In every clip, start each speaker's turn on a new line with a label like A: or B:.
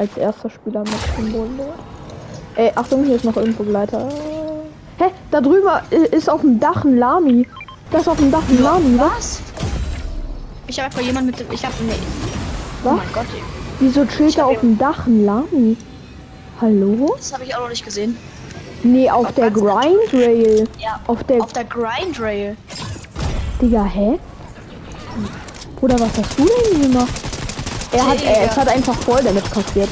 A: Als erster Spieler mit Symbol. Ey, Achtung, hier ist noch irgendwo Gleiter. Hä? Da drüber i- ist auf dem Dach ein Lami. Das ist auf dem Dach ein Lami. Was?
B: Was? Ich habe einfach jemand mit dem. Ich habe nee. Oh
A: Was?
B: mein Gott, ey.
A: Wieso chillt
B: Ich
A: da
B: hab
A: auf dem Dach ein Lami? Hallo?
B: das habe ich auch noch nicht gesehen.
A: Nee, auf
B: Auf
A: der
B: was?
A: Grindrail.
B: Ja.
A: Auf der
B: Auf der Grind Rail.
A: Digga, hä? Bruder, was hast du denn gemacht? Er hat,
B: Digga.
A: er, es hat einfach voll damit kassiert.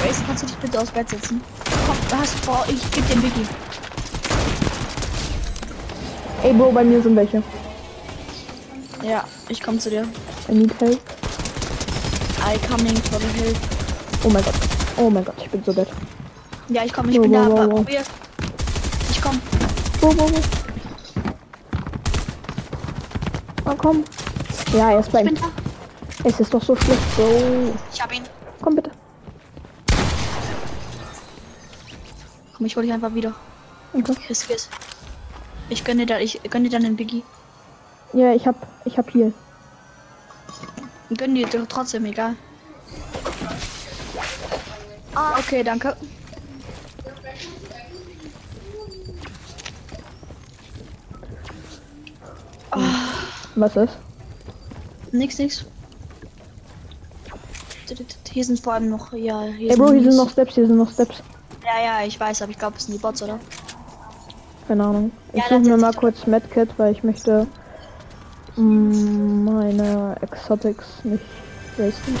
B: Grace, kannst du dich bitte aufs Bett setzen? Komm, du hast vor, ich geb dir Wiki.
A: Ey, Bro, bei mir sind welche.
B: Ja, ich komme zu dir.
A: I need help.
B: I coming for the help.
A: Oh mein Gott. Oh mein Gott, ich bin so dead.
B: Ja, ich komme, ich
A: Wow,
B: bin da,
A: wow,
B: aber
A: wow, wow.
B: probier. Ich komme.
A: Wo, wo, wo? Ah, komm. Ja, er ist bei
B: Ich bin
A: ihm.
B: da.
A: Es ist doch so schlecht. So.
B: Ich hab ihn.
A: Komm bitte.
B: Komm, ich hol dich einfach wieder.
A: Okay.
B: Kiss, kiss. Ich gönn dir da, ich gönn dir dann den Biggie.
A: Ja, ich hab, ich hab hier.
B: Gönn dir doch trotzdem, egal. Ah, okay, danke.
A: Was ist?
B: Nix, nix. Hier sind vor allem noch, ja, hier
A: Ey, Bro, hier sind
B: nix.
A: noch Steps, hier sind noch Steps.
B: Ja, ja, ich weiß, aber ich glaube, es sind die Bots, oder?
A: Keine Ahnung. Ich
B: Ja,
A: suche
B: dann
A: mir
B: setz
A: mal
B: dich
A: kurz Medkit, weil ich möchte mm, meine Exotics nicht wasten.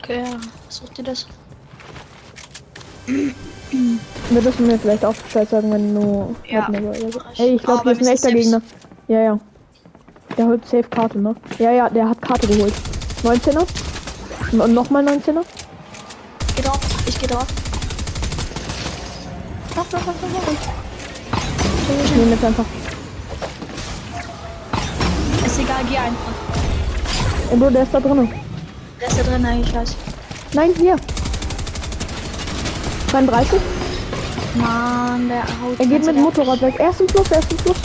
B: Okay, ja. sucht ihr das?
A: Wir müssen mir vielleicht auch Bescheid sagen, wenn du halt
B: Ja.
A: Medkit oder so.
B: Mach ich.
A: Hey, ich glaube,
B: Aber
A: hier ist ein
B: mir
A: echter
B: ist das
A: Gegner. Ja, ja. Der holt safe Karte, ne? Ja, ja, der hat Karte geholt. 19er? No- Nochmal 19er?
B: Geh drauf, ich geh drauf. Doch, doch, doch, doch, doch.
A: Ich nehme jetzt einfach.
B: Ist egal, geh einfach.
A: Ey, Bro, der ist da drinnen.
B: Der ist da drin, nein, ich weiß.
A: Nein, hier. 33?
B: Mann, der haut.
A: Er geht mit dem Motorrad weg. Ersten Fluss, ersten Fluss.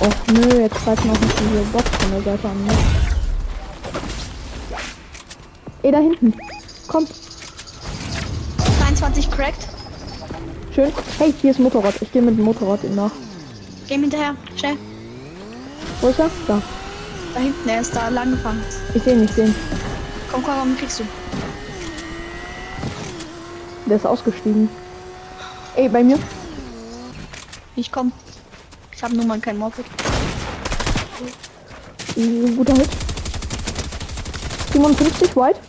A: Och nö, jetzt greifen auch nicht diese Bots von der Seite an. Ne? Ey, da hinten. Kommt.
B: 23 cracked.
A: Schön. Hey, hier ist Motorrad. Ich gehe mit dem Motorrad ihm nach.
B: Geh ihm hinterher, schnell.
A: Wo ist er? Da.
B: Da hinten, er ist da lang gefangen.
A: Ich sehe ihn, ich sehe ihn.
B: Komm, komm, komm, kriegst du.
A: Der ist ausgestiegen. Ey, bei mir.
B: Ich komm. Ich hab nur mal kein Moped.
A: Äh, Guter Hit. 57 weit.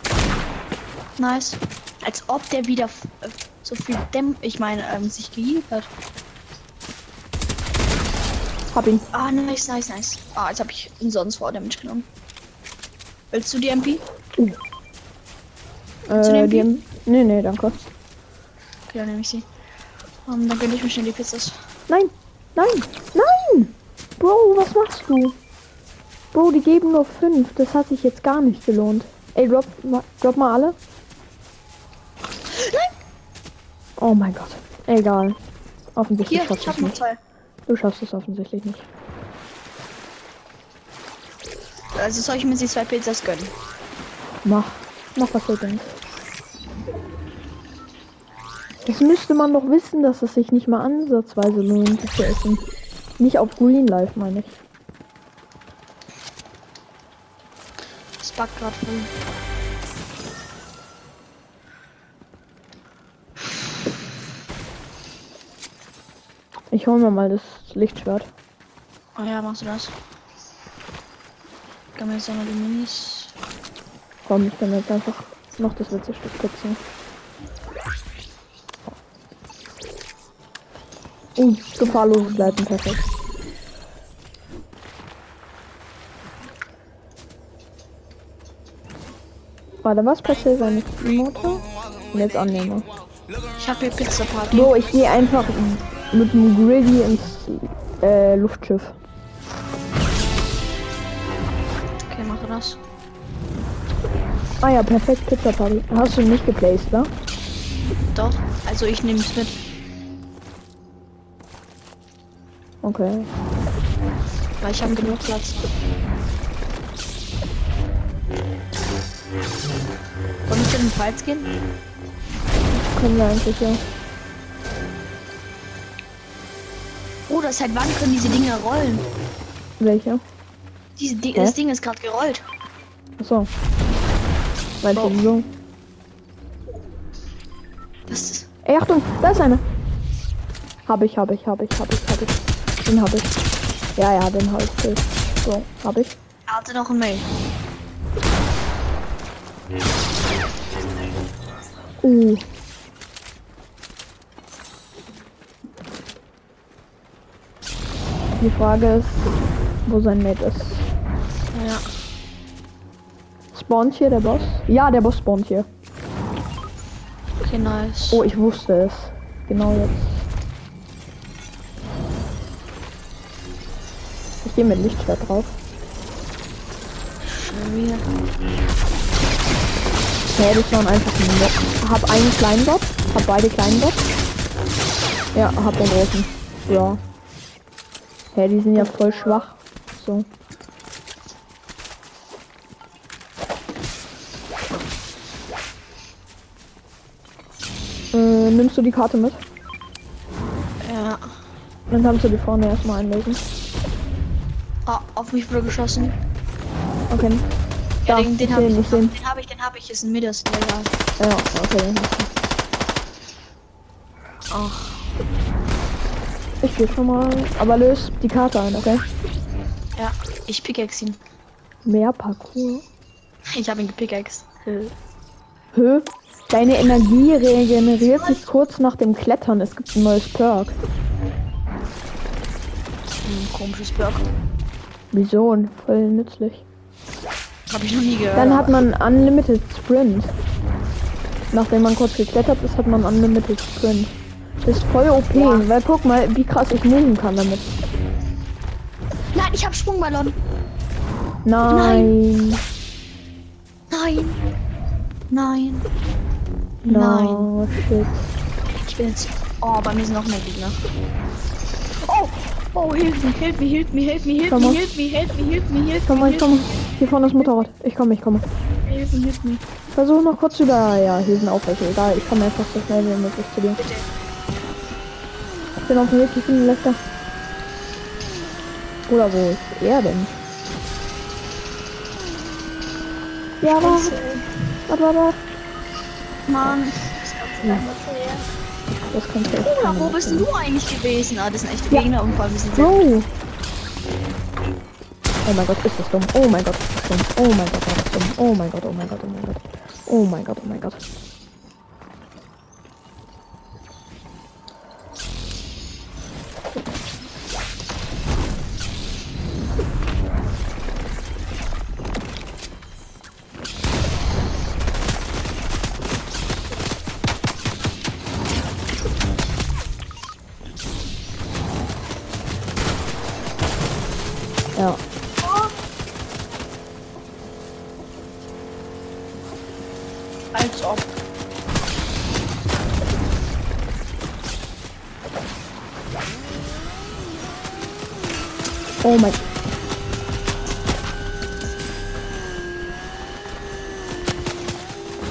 B: Nice. Als ob der wieder f- äh, so viel Dämm, ich meine, ähm, sich gehielt hat.
A: Hab ihn.
B: Ah, nice, nice, nice. Ah, jetzt habe ich umsonst vor Damage genommen. Willst du die MP? Zu
A: Uh. Äh,
B: dem
A: die, nee, nee, danke.
B: Okay, dann nehme ich sie. Ähm, dann gönn ich mir schnell die Pizzas.
A: Nein, nein, nein! Bro, was machst du? Bro, die geben nur 5. Das hat sich jetzt gar nicht gelohnt. Ey, drop, ma- drop mal alle. Oh mein Gott. Egal. Offensichtlich
B: Hier,
A: schaffst du
B: ich
A: es
B: habe noch
A: nicht.
B: zwei.
A: Du schaffst es offensichtlich nicht.
B: Also soll ich mir die zwei Pizzas gönnen?
A: Mach. Mach, was du denkst. Das müsste man doch wissen, dass es sich nicht mal ansatzweise lohnt, das zu essen. Nicht auf Green Life, meine ich.
B: Das backt gerade voll.
A: Ich hol mir mal das Lichtschwert.
B: Oh ja, machst du das? Kann man jetzt auch noch die Minis.
A: Komm, ich kann jetzt einfach noch das letzte Stück putzen. Uh, gefahrloses Leiten, perfekt. Warte, was passiert, wenn ich den Motor und jetzt annehme?
B: Ich habe hier Pizza Party.
A: So, ich gehe einfach mit dem Griddy ins äh, Luftschiff.
B: Okay, mach das.
A: Ah ja, perfekt, Pizza Party. Hast du nicht geplaced, ne?
B: Doch. Also ich nehme es mit.
A: Okay.
B: Weil ich habe genug Platz. Wollen wir in den Wald gehen?
A: Können wir eigentlich, ja.
B: Oh, das seit wann können diese Dinger rollen?
A: Welche?
B: Diese Di
A: Hä?
B: Das Ding ist gerade gerollt.
A: Achso. Weiter
B: Oh.
A: so.
B: Das ist
A: Ey, Achtung, da ist einer. Hab ich, hab ich, hab ich, hab ich, hab ich. Den hab ich. Ja, ja, den hab ich. So, hab ich.
B: er hatte noch ein Mail.
A: Uh. Die Frage ist, wo sein Mate ist.
B: Ja.
A: Spawnt hier der Boss? Ja, der Boss spawnt hier.
B: Okay, nice.
A: Oh, ich wusste es. Genau jetzt. Ich gehe mit Lichtschwert drauf.
B: Schon wieder.
A: Ja, das waren einfach nur Mob. Hab einen kleinen Bob, hab beide kleinen Bob. Ja, hab den großen. Ja. Ja, die sind ja voll schwach. So. Äh, nimmst du die Karte mit?
B: Ja.
A: Dann kannst du die vorne erstmal einlegen.
B: Ah, auf mich wurde geschossen.
A: Okay.
B: Ja,
A: Da,
B: den, den
A: ich
B: habe
A: seh
B: ich,
A: ihn, ich seh ihn.
B: den habe ich, den habe ich, ist ein Midas, der da.
A: Ja, okay.
B: Ach,
A: Ich geh schon mal. Aber löst die Karte ein, okay?
B: ja, ich pickaxe ihn.
A: Mehr Parcours.
B: Ich habe ihn gepickaxed.
A: Hö? Deine Energie regeneriert sich kurz nach dem Klettern. Es gibt ein neues Perk.
B: Ein komisches Berg.
A: Wieso? Voll nützlich.
B: Habe ich noch nie gehört.
A: Dann
B: aber-
A: hat man Unlimited Sprint. Nachdem man kurz geklettert ist, hat man Unlimited Sprint. Das ist voll OP,
B: Ja.
A: weil guck mal, wie krass ich moven kann damit.
B: Nein, ich habe Sprungballon.
A: Nein.
B: Nein. Nein. Nein.
A: No, shit.
B: Ich bin jetzt. Oh, bei mir sind noch mehr Gegner. Oh! Oh, hilf mir, hilf mir, hilf mir, hilf mir, hilf
A: Komm
B: mir,
A: mal.
B: hilf mir, hilf mir, hilf mir, hilf mir,
A: Komm mal, ich
B: hilf
A: komme. Hier vorne das Motorrad. Ich komme, ich komme.
B: mir, hilf mir, hilf mir.
A: Versuche noch kurz über. Ja, hier sind auch welche. Egal, ich komme einfach so schnell wie möglich zu dir.
B: Bitte.
A: Ich bin auf dem Weg, ich bin letzter. Oder wo ist er denn? Ja, aber, aber, aber.
B: Mann. Das Ganze ist einfach zu leer.
A: Das kommt jetzt.
B: Bruder, wo bist denn du eigentlich gewesen? Ah, das sind echte Gegner und vor allem sind sie.
A: Bro! Oh mein Gott, ist das dumm. Oh mein Gott, ist das dumm. Oh mein Gott, war das dumm. Oh mein Gott, oh mein Gott, oh mein Gott. Oh mein Gott, oh mein Gott. Ja.
B: Als ob.
A: Oh mein.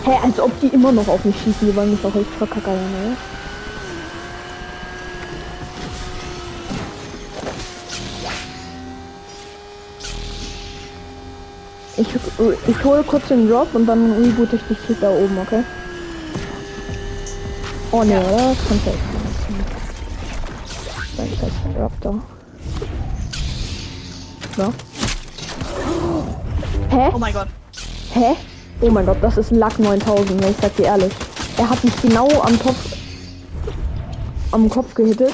A: Hä, als ob die immer noch auf mich schießen. Die wollen mich doch echt verkackern, ne? Ich, äh, ich hole kurz den Drop und dann reboot ich dich da oben, okay? Oh ne,
B: Ja.
A: oder? Das kannst du echt nicht. Ich das Drop da. Ja. Hä?
B: Oh mein Gott.
A: Hä? Oh mein Gott, das ist ein Lack 9000, ne, ich sag dir ehrlich. Er hat mich genau am Kopf am Kopf gehittet.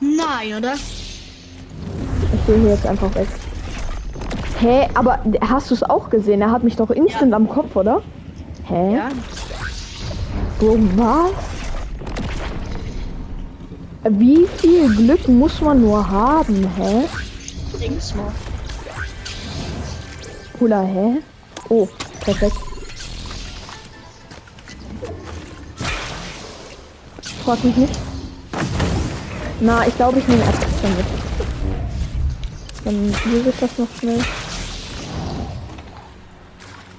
B: Nein, oder?
A: Ich gehe hier jetzt einfach weg. Hä, aber hast du es auch gesehen? Er hat mich doch instant am Kopf, oder? Hä?
B: Ja.
A: Bro, was? Wie viel Glück muss man nur haben, hä?
B: Links mal.
A: Hula, hä? Oh, perfekt. Frag mich nicht. Na, ich glaube, ich nehme Axt damit. Dann löse ich das noch schnell.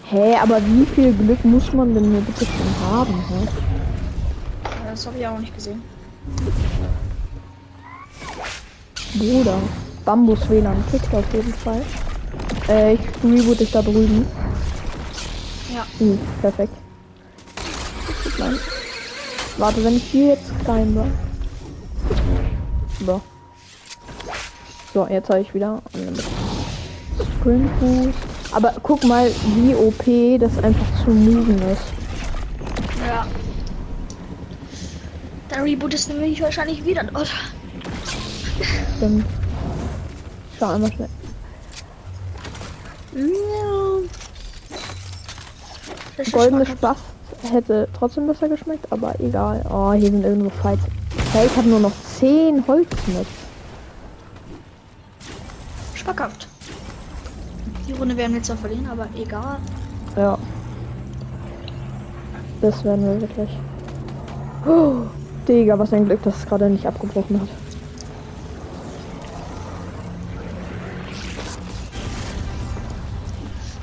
A: Hä, aber wie viel Glück muss man denn hier bitte schon haben, hä?
B: Das habe ich auch nicht gesehen.
A: Bruder. Bambus WLAN kickt auf jeden Fall. Äh, ich reboot dich da drüben.
B: Ja.
A: Hm, perfekt. Nein. Warte, wenn ich hier jetzt rein war. So. So, jetzt habe ich wieder. Sprint Boost. Aber guck mal, wie OP das einfach zu moven ist.
B: Ja. Dann rebootest du mich wahrscheinlich wieder dort.
A: Stimmt. Schau einmal schnell.
B: Das ist
A: Goldene
B: schon-
A: Spaß hätte trotzdem besser geschmeckt, aber egal. Oh, hier sind irgendwo Fights. Hey, ich habe nur noch 10 Holz mit.
B: Spackhaft. Die Runde werden wir zwar verlieren, aber egal.
A: Ja. Das werden wir wirklich. Oh, Digga, was ein Glück, dass es gerade nicht abgebrochen hat.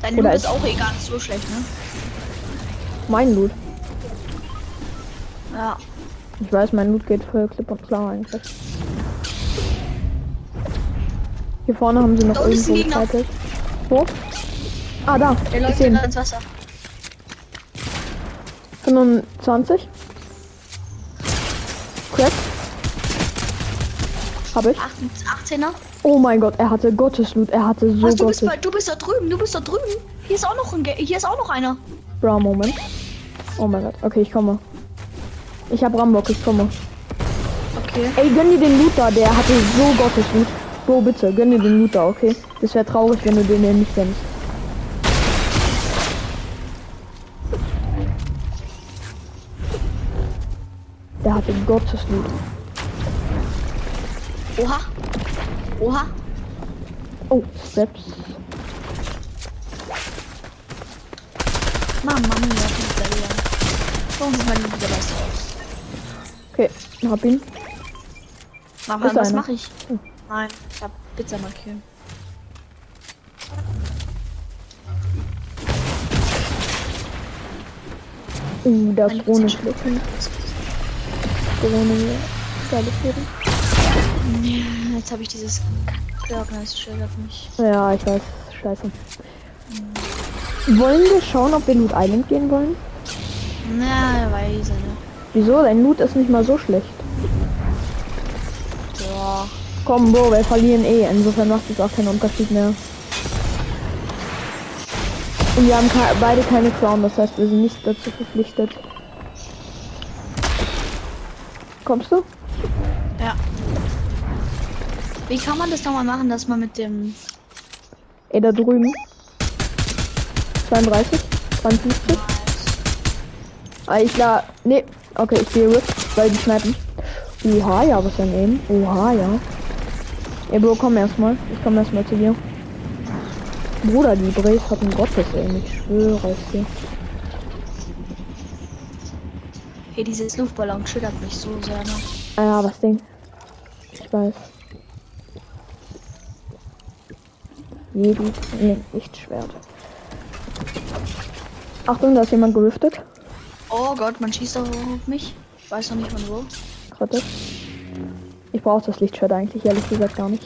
B: Dein
A: Oder
B: Loot ist
A: ist-
B: auch egal, ist so schlecht, ne?
A: Mein Loot.
B: Ja.
A: Ich weiß, mein Loot geht voll klipp und klar eigentlich. Hier vorne haben sie noch
B: Da unten ist
A: irgendwo
B: ein Gegner.
A: gefightet. Wo? Ah, da.
B: Der
A: Ich
B: läuft
A: sehe ihn.
B: gerade ins Wasser.
A: 25. Crack. Hab ich.
B: 18, 18er.
A: Oh mein Gott, er hatte Gottesloot. Er hatte so
B: Was, du bist
A: Gottes.
B: bei, du bist da drüben, du bist da drüben. Hier ist auch noch ein Ge hier ist auch noch einer.
A: Bra, Moment. Oh mein Gott. Okay, ich komme. Ich hab Rambock, ich komme.
B: Okay.
A: Ey, gönn dir den Loot da. Der hatte so Gottesloot. Bro, bitte, gönn dir den Loot da, okay? Das wäre traurig, wenn du den denn nicht gönnst. Der hatte Gottesloot.
B: Oha. Oha.
A: Oh, Steps.
B: Mann, Mann, ja, das ist der Leon. Warum sieht man ihn wieder besser aus?
A: Okay, hab ihn.
B: Mann,
A: Ist
B: Mann, was
A: einer.
B: mache ich?
A: Hm.
B: Nein, ich hab Pizza markiert.
A: Uh, da
B: Meine
A: ist Drohne.
B: Pizza ist schon-
A: Drohne. hier. Geiles Leben.
B: Ja, Ah, Jetzt habe ich dieses Organized-Schild auf mich.
A: Ja, ich weiß. Scheiße. Wollen wir schauen, ob wir Loot Island gehen wollen?
B: Na, weiß ich nicht.
A: Wieso? Dein Loot ist nicht mal so schlecht.
B: Boah.
A: Komm, Bro, wir verlieren eh. Insofern macht es auch keinen Unterschied mehr. Und wir haben ke- beide keine Crown, das heißt, wir sind nicht dazu verpflichtet. Kommst du?
B: Ja. Wie kann man das nochmal machen, dass man mit dem...
A: Ey, da drüben. 32, 52. Ah, ich la. Nee. Okay, ich gehe rip, weil die snipen. Oha, ja, was daneben. Oha, ja. Ja, Bro, komm erstmal. Ich komme erstmal zu dir. Bruder, die Brace hat ein Gottes, ey. Ich schwöre es dir.
B: Hey, dieses Luftballon schüttert mich so sehr. Ne?
A: Ah, ja, was Ding. Ich weiß. Jedi. Nee, nicht Schwert. Achtung, da ist jemand gerüftet.
B: Oh Gott, man schießt doch auf mich. Ich weiß noch nicht von wo.
A: Gerade. Ich brauche das Lichtschwert eigentlich, ehrlich gesagt, gar nicht.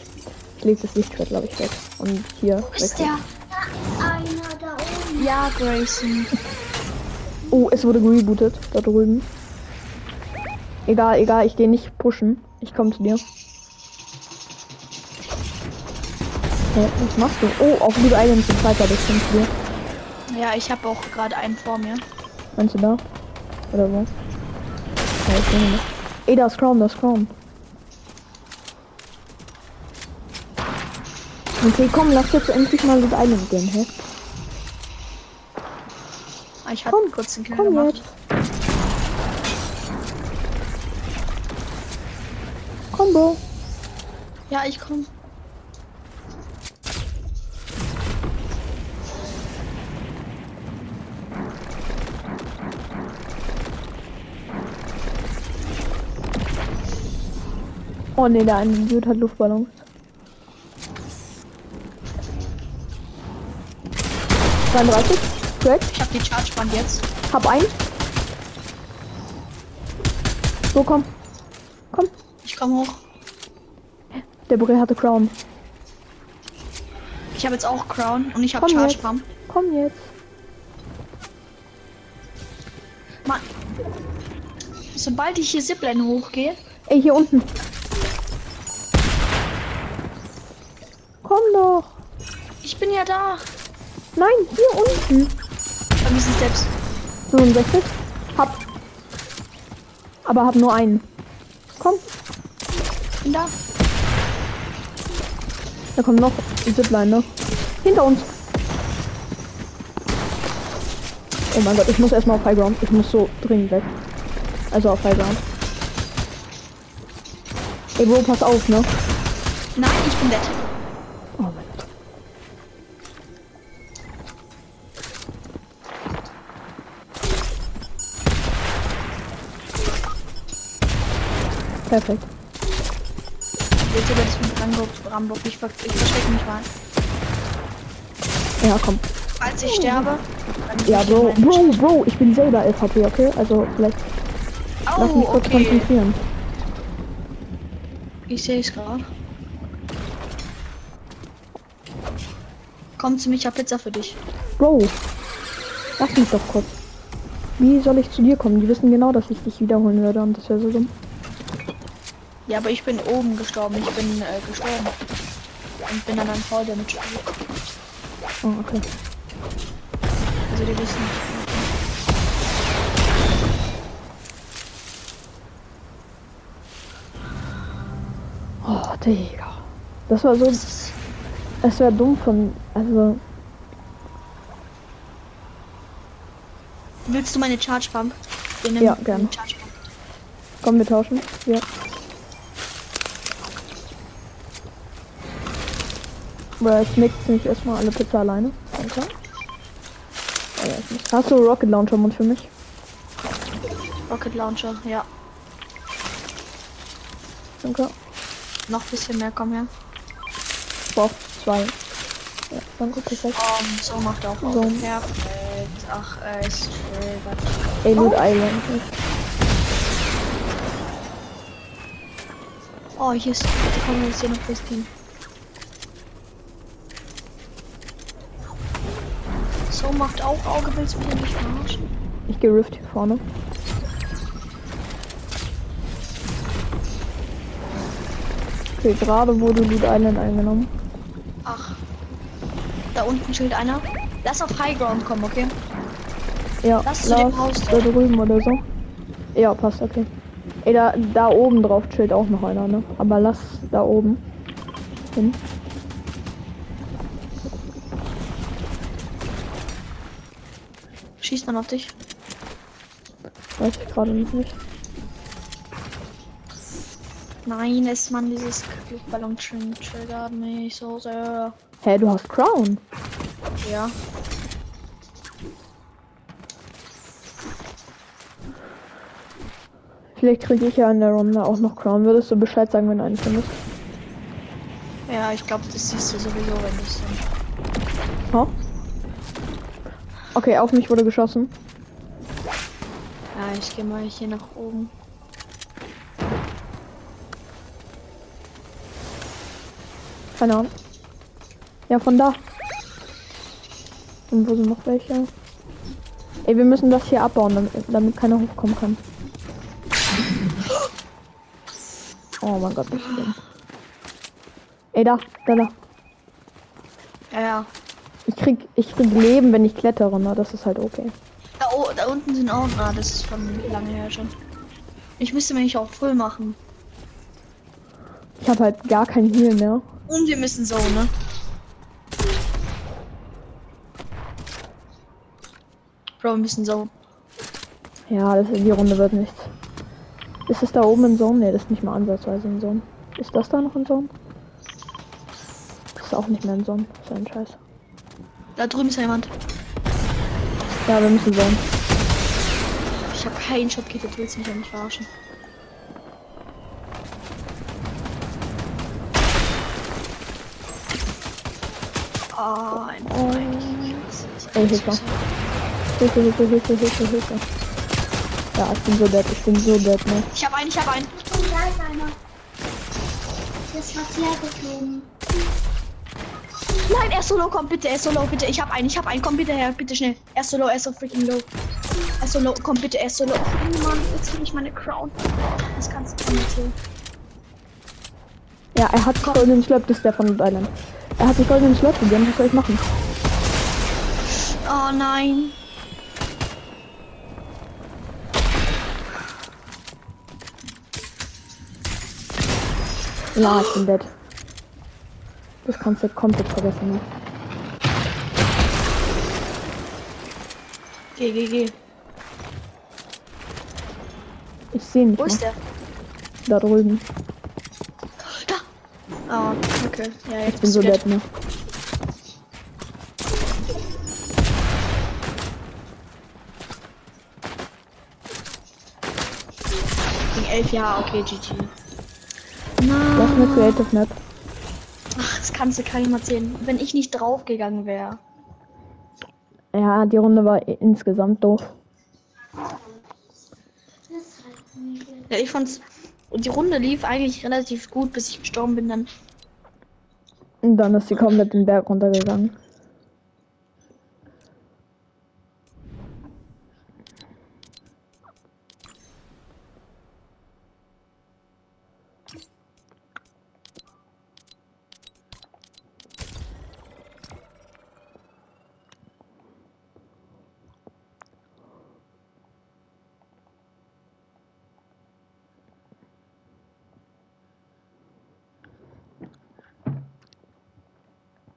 A: Ich lege das Lichtschwert, glaube ich, weg. Und hier.
B: Ist
A: weg.
B: der? Einer da oben. Ja, Grayson.
A: Oh, es wurde gerebootet, da drüben. Egal, egal, ich gehe nicht pushen. Ich komme zu dir. Hä, was machst du? Oh, auf Blue Island sind weiter, das kommt zu dir.
B: Ja, ich habe auch gerade einen vor mir.
A: Meinst du da? Oder wo? Ja, ich denke nicht. Ey, da ist Crown, da ist Crown. Okay, komm, lass jetzt endlich mal Loot Island gehen, hä?
B: Ah, Ich hatte
A: Komm,
B: kurz den Kill
A: Komm
B: gemacht.
A: jetzt. Combo.
B: Ja, ich komm.
A: Oh ne, der eine Idiot hat Luftballons. 32. Crack.
B: Ich hab die Charge Band jetzt.
A: Hab einen. So, komm. Komm.
B: Ich komme hoch.
A: Der Brille hatte Crown.
B: Ich habe jetzt auch Crown und ich habe
A: Komm
B: Charge
A: jetzt.
B: Band.
A: Komm jetzt.
B: Mann. Sobald ich hier Zipline hochgehe,
A: Ey, hier unten. Komm doch.
B: ich bin ja da.
A: Nein, hier unten.
B: Bei diesen Steps.
A: 65. Hab. Aber hab nur einen. Komm,
B: Bin da.
A: da kommt noch die Zipline, ne? Hinter uns. Oh mein Gott, ich muss erstmal auf Highground. Ich muss so dringend weg. Also auf Highground. Ey, Bro, pass auf, ne?
B: Nein, ich bin dead.
A: Oh mein Gott. Perfekt.
B: Jetzt über das mit Rambo, Rambo. Ich, ver ich verstecke mich mal.
A: Ja, komm.
B: Als ich sterbe. dann
A: Oh. Ja,
B: krieg ich
A: Bro,
B: meinen
A: Bro, Bro, ich bin selber LVP, okay? Also vielleicht
B: Au,
A: lass mich kurz
B: Oh, okay.
A: konzentrieren.
B: Ich sehe es gerade. Komm zu mir, ich hab Pizza für dich.
A: Bro, lass mich doch kurz. Wie soll ich zu dir kommen? Die wissen genau, dass ich dich wiederholen würde und das wäre so dumm.
B: Ja, aber ich bin oben gestorben. Ich bin äh, gestorben. Und bin dann an Fall damit
A: Oh, okay.
B: Also die wissen nicht.
A: Oh, Digga. Das war so,
B: Das ist
A: es wäre dumm von, also,
B: Willst du meine Charge Pump? Wir nehmen-
A: Ja, gerne.
B: nehmen Charge Pump.
A: komm, wir tauschen. Ja. Bro, jetzt mixt mich erstmal alle Pizza alleine. Danke. Oh, ja, ich muss- Hast du Rocket Launcher Mund für mich?
B: Rocket Launcher, ja.
A: Danke.
B: Noch ein bisschen mehr, komm her.
A: Boah, zwei. Ja, danke, perfekt.
B: Um, so macht auch.
A: So.
B: Perfekt. Ach, äh, ist schön.
A: Ey, Loot Island.
B: Oh, hier ist. Da kommen wir jetzt hier noch bis hin. So macht auch Auge, willst du mich nicht verarschen?
A: Ich gehe Rift hier vorne. Okay, gerade wurde Loot Island eingenommen.
B: Ach. Da unten chillt einer. Lass auf High Ground kommen, okay?
A: Ja,
B: Lass zu
A: Lars,
B: dem Haus
A: da drüben oder so. Ja, passt, okay. Ey, da, da oben drauf chillt auch noch einer, ne? Aber lass da oben hin.
B: Schießt man auf dich.
A: Weiß ich gerade noch nicht.
B: Nein, es man dieses Luftballon trin- triggert mich so sehr.
A: Hä, du hast Crown?
B: Ja.
A: Vielleicht kriege ich ja in der Runde auch noch Crown. Würdest du Bescheid sagen, wenn du einen findest?
B: Ja, ich glaube, das siehst du sowieso, wenn du es dann.
A: Ha? Okay, auf mich wurde geschossen.
B: Ja, ich gehe mal hier nach oben.
A: Keine Ahnung. Ja, von da. Und wo sind noch welche? Ey, wir müssen das hier abbauen, damit, damit keiner hochkommen kann. Oh mein Gott, was ist denn? Ey, da, da, da.
B: Ja, ja.
A: Ich krieg, ich krieg Leben, wenn ich klettere, ne? Das ist halt okay.
B: Da, o- da unten sind auch. Ah, das ist von lange her schon. Ich müsste mich auch voll machen.
A: Ich habe halt gar kein Heal mehr.
B: Und wir müssen so, ne? Bro, wir müssen so.
A: Ja, das, die Runde wird nichts. Ist es da oben in Zone? Ne, das ist nicht mal ansatzweise in Zone. Ist das da noch in Zone? Das ist auch nicht mehr in Zone. So ein Scheiß.
B: Da drüben ist jemand.
A: Ja, wir müssen Zone.
B: Ich habe keinen Shot gekillt, willst du mich ja nicht verarschen. Ah, ein Freund.
A: Ey, Hilfe. Hilfe, Hilfe, Hilfe, Hilfe, Hilfe. Ja, ich bin so dead, ich bin so dead, ne?
B: Ich hab einen, ich hab einen.
C: Oh, da ist einer. Der ist fast hergeflogen.
B: Nein, er ist so low, komm bitte, er ist so low, bitte. Ich hab einen, ich hab einen, komm bitte her, bitte schnell. Er ist so low, er ist so freaking low. Er ist so low, komm bitte, er ist so low. Oh Mann, jetzt will ich meine Crown. Das kannst du nicht so.
A: Ja, er hat den goldenen Schlepp, das ist der von Island. Er hat den goldenen Schlepp gegeben, was soll ich machen?
B: Oh nein.
A: Ja, ich bin dead. Das kannst du komplett vergessen, ne?
B: Geh, geh, geh.
A: Ich sehe nicht.
B: Wo
A: ne?
B: ist der?
A: Da drüben.
B: Da. Ah, okay. Ja, jetzt
A: Ich bin so
B: du
A: dead, ne?
B: Gegen elf Jahre, okay, GG.
A: Das ist eine Creative Map.
B: Ach, das kannst du keinem erzählen. Wenn ich nicht draufgegangen wäre.
A: Ja, die Runde war i- insgesamt doof.
C: Das reicht nicht.
B: Ja, ich fand's. Und die Runde lief eigentlich relativ gut, bis ich gestorben bin dann.
A: Und dann ist sie komplett den Berg runtergegangen.